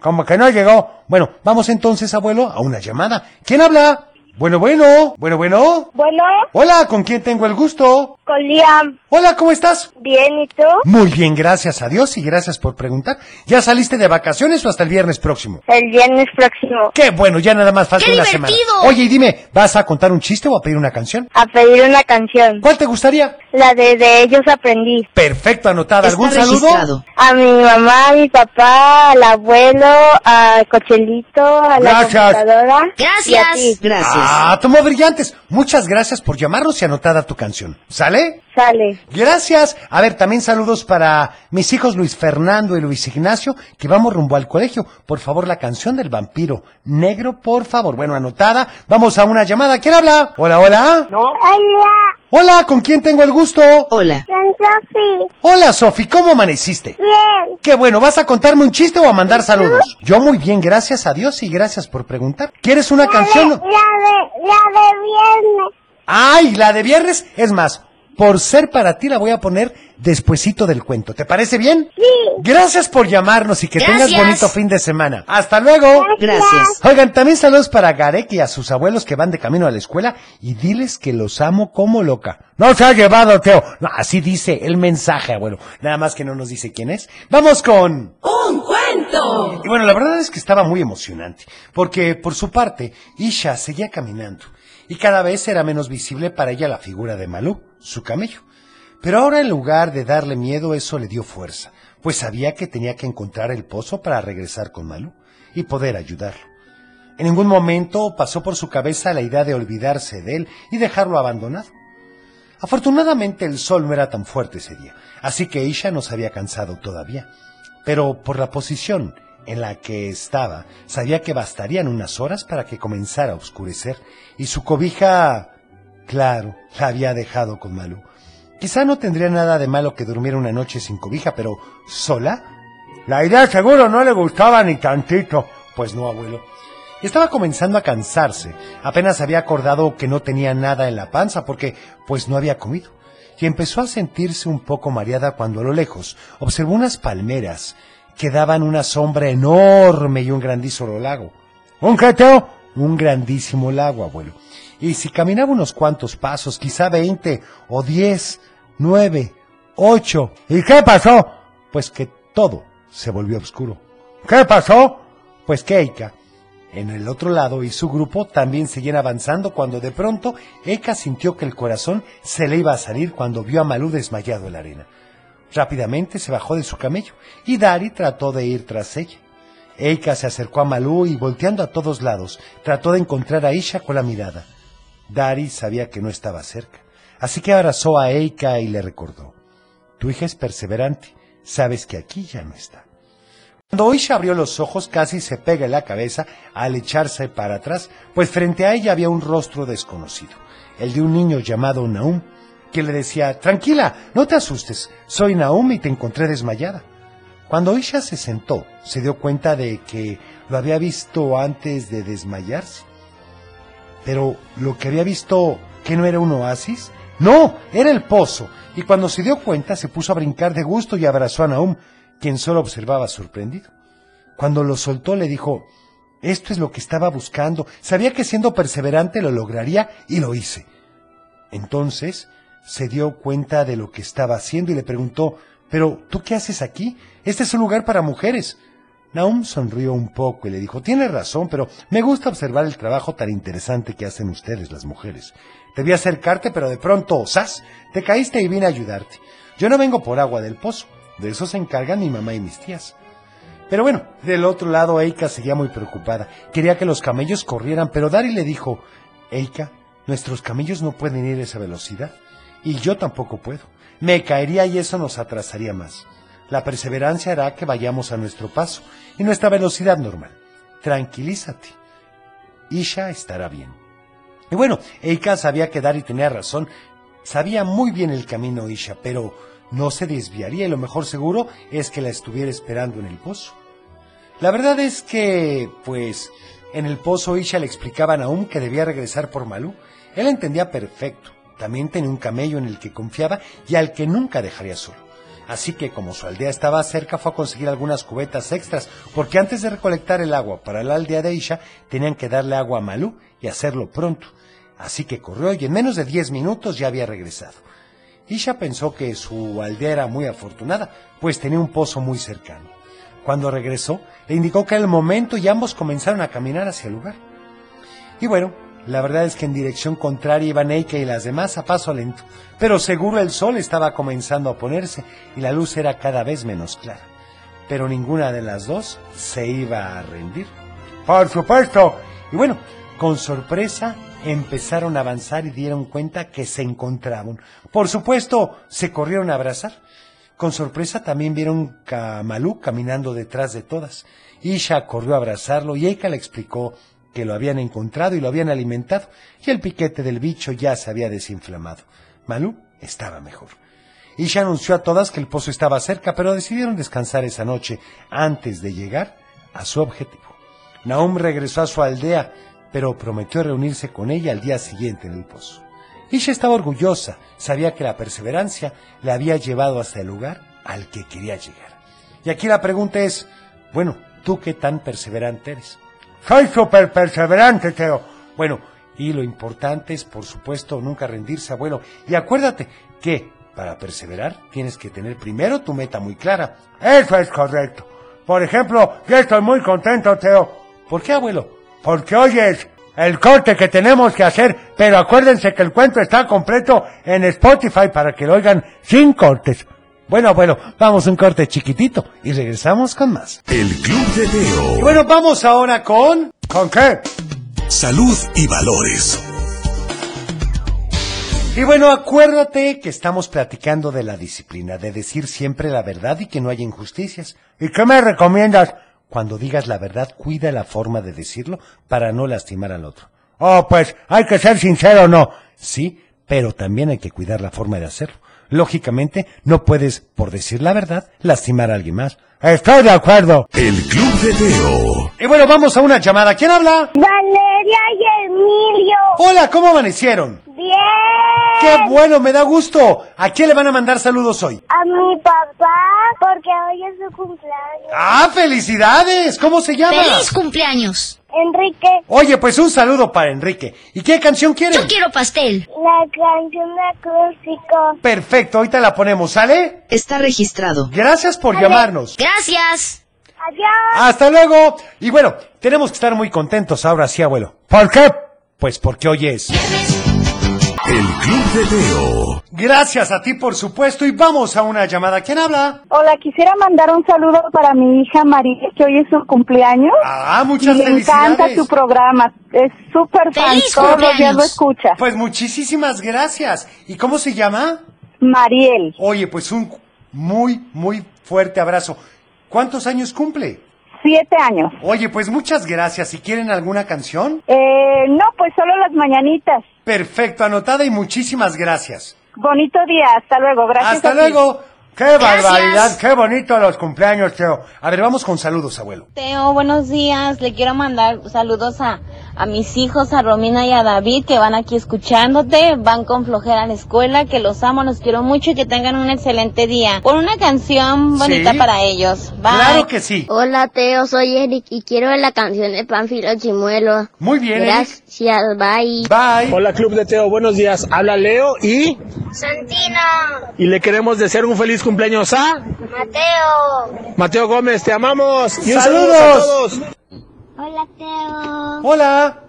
Como que no llegó. Bueno, vamos entonces, abuelo, a una llamada. ¿Quién habla? Bueno, bueno. Bueno, bueno.
Bueno,
Hola, ¿con quién tengo el gusto?
con Liam.
Hola, ¿cómo estás?
Bien, ¿y tú?
Muy bien, gracias a Dios y gracias por preguntar. ¿Ya saliste de vacaciones o hasta el viernes próximo?
El viernes próximo.
Qué bueno, ya nada más falta
¡Qué
una
divertido!
semana. Oye, y dime, ¿vas a contar un chiste o a pedir una canción?
A pedir una canción.
¿Cuál te gustaría?
La de De ellos aprendí.
Perfecto, anotada. ¿Algún saludo?
A mi mamá, a mi papá, al abuelo, a Cochelito, a
Gracias.
la computadora. y a ti.
Ah, tomó brillantes. Muchas gracias por llamarnos y anotada tu canción. ¿Sale?
Sale.
Gracias. A ver, también saludos para mis hijos Luis Fernando y Luis Ignacio, que vamos rumbo al colegio. Por favor, la canción del vampiro negro, por favor. Bueno, anotada. Vamos a una llamada. ¿Quién habla? Hola, hola.
Hola,
Hola, ¿con quién tengo el gusto? Hola.
San Sofi.
Hola, Sofi, ¿cómo amaneciste?
Bien.
Qué bueno, ¿vas a contarme un chiste o a mandar saludos? Yo muy bien, gracias a Dios y gracias por preguntar. ¿Quieres una canción?
La de, la de viernes.
¡Ay! La de viernes, es más, por ser para ti la voy a poner despuesito del cuento. ¿Te parece bien?
Sí.
Gracias por llamarnos y que
Gracias.
tengas bonito fin de semana. Hasta luego.
Gracias.
Oigan, también saludos para Garek y a sus abuelos que van de camino a la escuela y diles que los amo como loca. No se ha llevado, Teo. No, así dice el mensaje, abuelo. Nada más que no nos dice quién es. Vamos con...
¡Un cuento!
Y bueno, la verdad es que estaba muy emocionante, porque por su parte, Isha seguía caminando, y cada vez era menos visible para ella la figura de Malú, su camello. Pero ahora en lugar de darle miedo, eso le dio fuerza, pues sabía que tenía que encontrar el pozo para regresar con Malú y poder ayudarlo. En ningún momento pasó por su cabeza la idea de olvidarse de él y dejarlo abandonado. Afortunadamente el sol no era tan fuerte ese día, así que Isha no se había cansado todavía. Pero por la posición en la que estaba, sabía que bastarían unas horas para que comenzara a oscurecer, y su cobija, claro, la había dejado con Malú. Quizá no tendría nada de malo que durmiera una noche sin cobija, pero sola. La idea seguro no le gustaba ni tantito. Pues no, abuelo. Estaba comenzando a cansarse. Apenas había acordado que no tenía nada en la panza porque pues no había comido. Y empezó a sentirse un poco mareada cuando a lo lejos observó unas palmeras que daban una sombra enorme y un grandísimo lago. ¿Un cateo? Un grandísimo lago, abuelo. Y si caminaba unos cuantos pasos, quizá veinte o diez, nueve, ocho. ¿Y qué pasó? Pues que todo se volvió oscuro. ¿Qué pasó? Pues que Eika, en el otro lado y su grupo también seguían avanzando cuando de pronto Eka sintió que el corazón se le iba a salir cuando vio a Malú desmayado en la arena. Rápidamente se bajó de su camello y Dari trató de ir tras ella. Eika se acercó a Malú y volteando a todos lados trató de encontrar a Isha con la mirada. Dari sabía que no estaba cerca, así que abrazó a Eika y le recordó. Tu hija es perseverante, sabes que aquí ya no está. Cuando Isha abrió los ojos casi se pega en la cabeza al echarse para atrás, pues frente a ella había un rostro desconocido, el de un niño llamado Naum, que le decía, tranquila, no te asustes, soy Naum y te encontré desmayada. Cuando Isha se sentó, se dio cuenta de que lo había visto antes de desmayarse. Pero lo que había visto, que no era un oasis, no, era el pozo. Y cuando se dio cuenta, se puso a brincar de gusto y abrazó a Naum, quien solo observaba sorprendido. Cuando lo soltó, le dijo, esto es lo que estaba buscando. Sabía que siendo perseverante lo lograría y lo hice. Entonces se dio cuenta de lo que estaba haciendo y le preguntó, pero ¿tú qué haces aquí? Este es un lugar para mujeres. Naum sonrió un poco y le dijo, tienes razón, pero me gusta observar el trabajo tan interesante que hacen ustedes las mujeres. Debí acercarte, pero de pronto, ¡zas!, te caíste y vine a ayudarte. Yo no vengo por agua del pozo, de eso se encargan mi mamá y mis tías. Pero bueno, del otro lado Eika seguía muy preocupada. Quería que los camellos corrieran, pero Dari le dijo, Eika, nuestros camellos no pueden ir a esa velocidad. Y yo tampoco puedo. Me caería y eso nos atrasaría más. La perseverancia hará que vayamos a nuestro paso y nuestra velocidad normal. Tranquilízate. Isha estará bien. Y bueno, Eika sabía que Dari tenía razón. Sabía muy bien el camino Isha, pero no se desviaría y lo mejor seguro es que la estuviera esperando en el pozo. La verdad es que, pues, en el pozo Isha le explicaba a Naum que debía regresar por Malú. Él entendía perfecto. También tenía un camello en el que confiaba y al que nunca dejaría solo. Así que como su aldea estaba cerca fue a conseguir algunas cubetas extras, porque antes de recolectar el agua para la aldea de Isha tenían que darle agua a Malú y hacerlo pronto. Así que corrió y en menos de 10 minutos ya había regresado. Isha pensó que su aldea era muy afortunada, pues tenía un pozo muy cercano. Cuando regresó, le indicó que era el momento y ambos comenzaron a caminar hacia el lugar. Y bueno, la verdad es que en dirección contraria iban Eike y las demás a paso lento, pero seguro el sol estaba comenzando a ponerse y la luz era cada vez menos clara. Pero ninguna de las dos se iba a rendir.
Por supuesto.
Y bueno, con sorpresa empezaron a avanzar y dieron cuenta que se encontraban. Por supuesto, se corrieron a abrazar. Con sorpresa también vieron a Malú caminando detrás de todas. Isha corrió a abrazarlo y Eika le explicó que lo habían encontrado y lo habían alimentado, y el piquete del bicho ya se había desinflamado. Malú estaba mejor. Isha anunció a todas que el pozo estaba cerca, pero decidieron descansar esa noche antes de llegar a su objetivo. Naum regresó a su aldea, pero prometió reunirse con ella al día siguiente en el pozo. Isha estaba orgullosa, sabía que la perseverancia la había llevado hasta el lugar al que quería llegar. Y aquí la pregunta es, bueno, ¿tú qué tan perseverante eres?
Soy súper perseverante, Teo.
Bueno, y lo importante es, por supuesto, nunca rendirse, abuelo. Y acuérdate que para perseverar tienes que tener primero tu meta muy clara.
Eso es correcto. Por ejemplo, yo estoy muy contento, Teo.
¿Por qué, abuelo?
Porque hoy es el corte que tenemos que hacer, pero acuérdense que el cuento está completo en Spotify para que lo oigan sin cortes.
Bueno, bueno, vamos un corte chiquitito y regresamos con más.
El Club de Teo.
Y bueno, vamos ahora con...
¿Con qué?
Salud y valores.
Y bueno, acuérdate que estamos platicando de la disciplina, de decir siempre la verdad y que no hay injusticias.
¿Y qué me recomiendas?
Cuando digas la verdad, cuida la forma de decirlo para no lastimar al otro.
Oh, pues hay que ser sincero, ¿no?
Sí, pero también hay que cuidar la forma de hacerlo. Lógicamente, no puedes, por decir la verdad, lastimar a alguien más.
Estoy de acuerdo.
El Club de Teo.
Y bueno, vamos a una llamada. ¿Quién habla?
Valeria y Emilio.
Hola, ¿cómo amanecieron?
Bien.
Oh. ¡Qué bueno! Me da gusto. ¿A quién le van a mandar saludos hoy?
A mi papá, porque hoy es su cumpleaños.
¡Ah, felicidades! ¿Cómo se llama?
¡Feliz cumpleaños!
Enrique.
Oye, pues un saludo para Enrique. ¿Y qué canción quieren?
Yo quiero pastel.
La canción de acróstico.
Perfecto, ahorita la ponemos, ¿sale?
Está registrado.
Gracias por
Vale.
llamarnos.
Gracias.
Adiós.
Hasta luego. Y bueno, tenemos que estar muy contentos ahora sí, abuelo.
¿Por qué?
Pues porque hoy es.
El Club de Teo.
Gracias a ti, por supuesto. Y vamos a una llamada. ¿Quién habla?
Hola, quisiera mandar un saludo para mi hija María, que hoy es su cumpleaños.
Ah, muchas
y le encanta
felicidades.
tu programa, es súper fan,
¡Feliz
todos los días
cumpleaños!
lo escucha.
Pues muchísimas gracias. ¿Y cómo se llama?
Mariel,
Oye, pues un muy, muy fuerte abrazo. ¿Cuántos años cumple?
siete años.
Oye, pues muchas gracias. Si quieren alguna canción,
Eh, no, pues solo las mañanitas.
perfecto, anotada y muchísimas gracias.
Bonito día, hasta luego, gracias.
Hasta
a ti.
luego.
¡Qué barbaridad! ¡Qué bonito los cumpleaños, Teo!
A ver, vamos con saludos, abuelo.
Teo, buenos días. Le quiero mandar saludos a, a mis hijos, a Romina y a David, que van aquí escuchándote, van con flojera a la escuela, que los amo, los quiero mucho y que tengan un excelente día. Con una canción bonita
Sí.
para ellos. Bye.
Claro que sí.
Hola, Teo. Soy Eric y quiero la canción de Panfilo Chimuelo.
Muy bien. Eric.
Gracias. Bye.
Bye.
Hola Club de Teo, buenos días. Habla Leo y,
Santino,
y le queremos desear un feliz cumpleaños a
Mateo.
Mateo Gómez, te amamos. Y un
¡Saludos!
saludo a todos.
Hola, Teo.
Hola.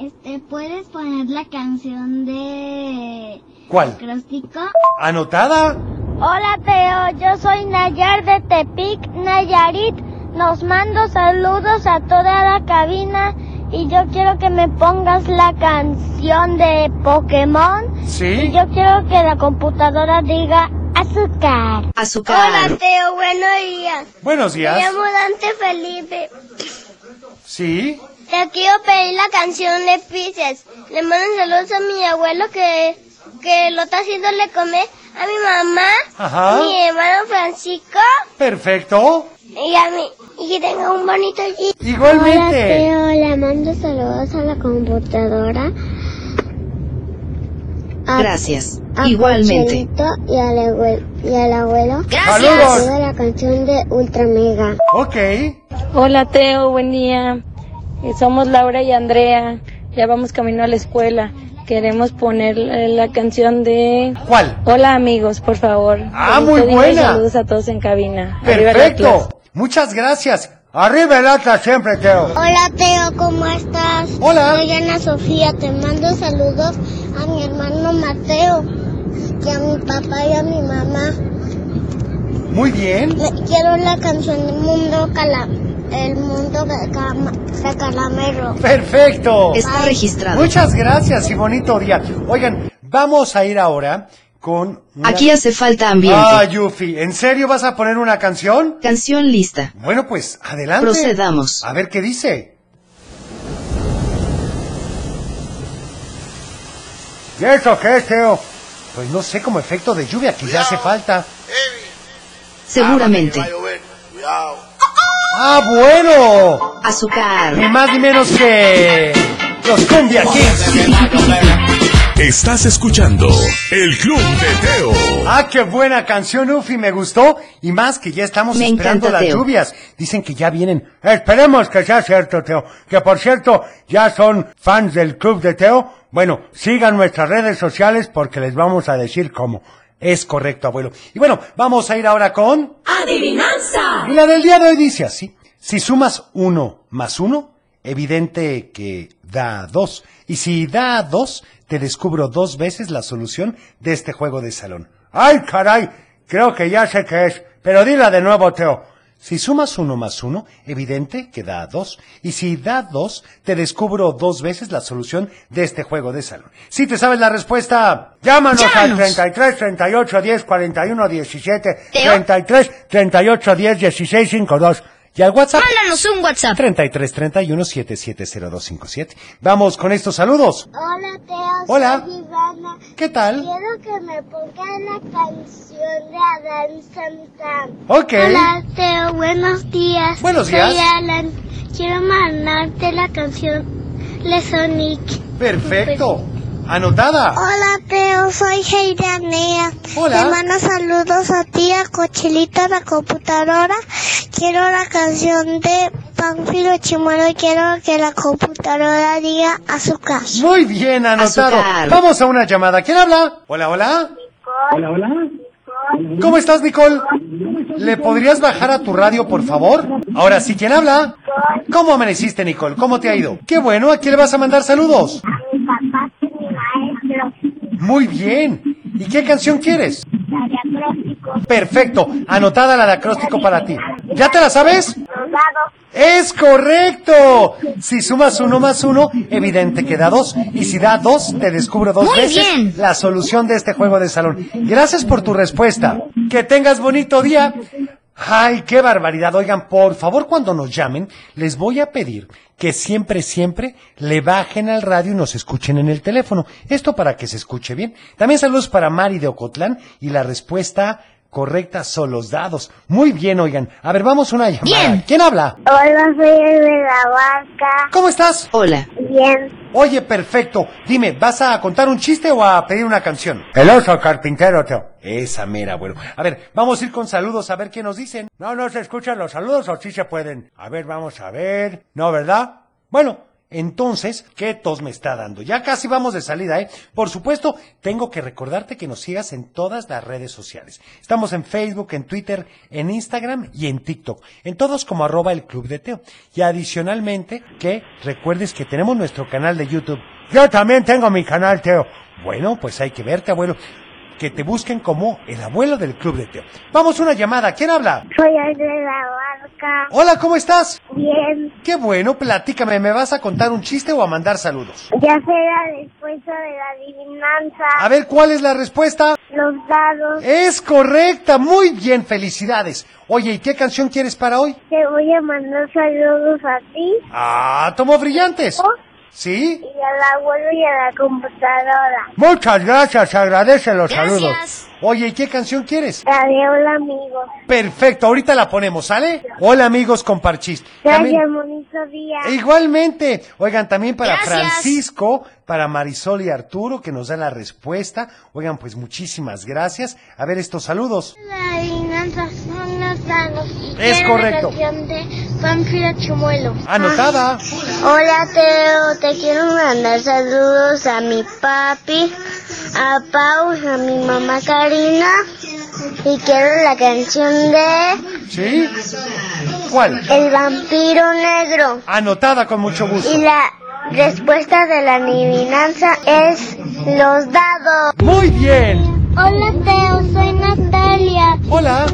Este, ¿puedes poner la canción de
¿Cuál?
Acróstico?
¿Anotada?
Hola Teo, yo soy Nayar de Tepic, Nayarit. Nos mando saludos a toda la cabina y yo quiero que me pongas la canción de Pokémon. Y
Sí.
yo quiero que la computadora diga azúcar.
Azúcar.
Teo, buenos días.
Buenos días.
Dante Felipe.
Sí.
Te quiero pedir la canción de
pues,
Pisces. Le mando saludos a mi abuelo que, que lo está haciéndole comer a mi mamá,
Ajá.
a mi hermano Francisco
Perfecto.
y a mí. Y que tenga un bonito día.
Igualmente.
le mando saludos a la computadora.
Gracias. Igualmente.
Y al, abuelo, y al abuelo.
Saludos.
la canción de Ultra Mega.
Ok.
Hola Teo, buen día. Eh, Somos Laura y Andrea. Ya vamos camino a la escuela.
Queremos poner eh, la canción de...
¿Cuál?
Hola amigos, por favor.
Ah,
Feliz
muy
día y
buena.
Saludos a todos en cabina. Arriba el Atlas.
Perfecto. Muchas gracias. Arriba el Atlas siempre, Teo.
Hola Teo, ¿cómo estás?
Hola.
Soy Ana Sofía, te mando saludos a mi hermano Mateo y a mi papá y a mi mamá.
Muy bien.
Le- Quiero la canción del mundo cala, el mundo ca- ca- calamero.
Perfecto.
Está registrado.
Muchas gracias y bonito día. Oigan, vamos a ir ahora con... una-
Aquí hace falta ambiente.
Ah, Yuffie, ¿en serio vas a poner una canción?
Canción lista.
Bueno, pues adelante.
Procedamos.
A ver qué dice. ¿Y eso qué es, Teo? Pues no sé, como efecto de lluvia que ya hace falta.
Seguramente.
¡Ah, bueno!
Azúcar.
Ni más ni menos que... Los Cumbia Kings.
Estás escuchando el Club de Teo.
Ah, qué buena canción, Ufi, me gustó. Y más que ya estamos
Me
esperando
encanta,
las
Teo.
lluvias. Dicen que ya vienen. Esperemos que sea cierto, Teo. Que por cierto, ya son fans del Club de Teo. Bueno, sigan nuestras redes sociales porque les vamos a decir cómo. Es correcto, abuelo. Y bueno, vamos a ir ahora con...
¡Adivinanza!
Y la del día de hoy dice así. Si sumas uno más uno, evidente que da dos. Y si da dos, te descubro dos veces la solución de este juego de salón. ¡Ay, caray! Creo que ya sé qué es. Pero dila de nuevo, Teo. Si sumas uno más uno, evidente que da dos. Y si da dos, te descubro dos veces la solución de este juego de salón. Si te sabes la respuesta, llámanos, al
Llámanos.
33 38 10 41 17
Teo.
33 38 10 16 52 y al WhatsApp.
Mándanos
un WhatsApp. 33 31 770257. Vamos con estos saludos.
Hola Teo,
Hola.
soy Ivana.
¿Qué tal?
Quiero que me pongan la canción de Adán Santana.
Ok.
Hola Teo, buenos días.
Buenos
Soy
días.
Alan. Quiero mandarte la canción Le Sonic.
Perfecto. Anotada.
Hola Teo, soy Heiranea.
Hola.
Te mando saludos a ti, a Cochelita, la computadora. Quiero la canción de Panfilo Chimuelo y quiero que la computadora diga azúcar.
Muy bien anotado.
Azúcar.
Vamos a una llamada. ¿Quién habla? Hola, hola. Hola, hola. ¿Cómo estás, Nicole? ¿Le podrías bajar a tu radio, por favor? Ahora sí, ¿quién habla? ¿Cómo amaneciste, Nicole? ¿Cómo te ha ido? Qué bueno, ¿a quién le vas a mandar saludos?
Mi papá es mi maestro.
Muy bien. ¿Y qué canción quieres?
La de acróstico.
Perfecto, anotada la de acróstico para ti. ¿Ya te la sabes?
Soldado.
¡Es correcto! Si sumas uno más uno, evidente que da dos. Y si da dos, te descubro dos
Muy
veces la solución de este juego de salón. Gracias por tu respuesta. Que tengas bonito día. Ay, qué barbaridad. Oigan, por favor, cuando nos llamen, les voy a pedir que siempre, siempre le bajen al radio y nos escuchen en el teléfono. Esto para que se escuche bien. También saludos para Mari de Ocotlán y la respuesta correcta son los dados. Muy bien, oigan. A ver, vamos una llamada. ¿Quién habla?
Hola, soy el de la barca.
¿Cómo estás?
Hola.
Bien.
Oye, perfecto. Dime, ¿vas a contar un chiste o a pedir una canción? El oso carpintero, Teo. Esa mera, bueno. A ver, vamos a ir con saludos a ver qué nos dicen. No, no se escuchan los saludos o sí se pueden. A ver, vamos a ver. No, ¿verdad? Bueno, entonces, ¿qué tos me está dando? Ya casi vamos de salida, ¿eh? Por supuesto, tengo que recordarte que nos sigas en todas las redes sociales. Estamos en Facebook, en Twitter, en Instagram y en TikTok. En todos como arroba el Club de Teo. Y adicionalmente, que recuerdes que tenemos nuestro canal de YouTube. Yo también tengo mi canal, Teo. Bueno, pues hay que verte, abuelo. Que te busquen como el abuelo del Club de Teo. Vamos, una llamada. ¿Quién habla?
Soy el de la barca.
Hola, ¿cómo estás?
Bien.
Qué bueno, platícame. ¿Me vas a contar un chiste o a mandar saludos?
Ya será después de la adivinanza.
A ver, ¿cuál es la respuesta?
Los dados.
Es correcta, muy bien, felicidades. Oye, ¿y qué canción quieres para hoy?
Te voy a mandar saludos a ti
Ah, tomo brillantes. ¿Sí?
y al abuelo y a la computadora.
Muchas gracias, agradece los
Gracias.
saludos. Oye, ¿y qué canción quieres?
La de hola, amigos.
Perfecto, ahorita la ponemos, ¿sale? Hola amigos con Parchís.
Gracias,
También- E
bonito día.
Igualmente. Oigan, también para
Gracias.
Francisco, para Marisol y Arturo, que nos da la respuesta. Oigan, pues muchísimas gracias. A ver estos saludos.
La adivinanza son los dados. Y
Es
quiero
correcto.
La canción de Ah.
Panfila Chimuelo.
Anotada.
Hola Teo, te quiero mandar saludos a mi papi, a Pau, a mi mamá Karina y quiero la canción de
¿Sí? ¿Cuál?
El vampiro negro.
Anotada con mucho gusto.
Y la respuesta de la adivinanza es los dados.
Muy bien.
Hola Teo, soy Natalia.
Hola.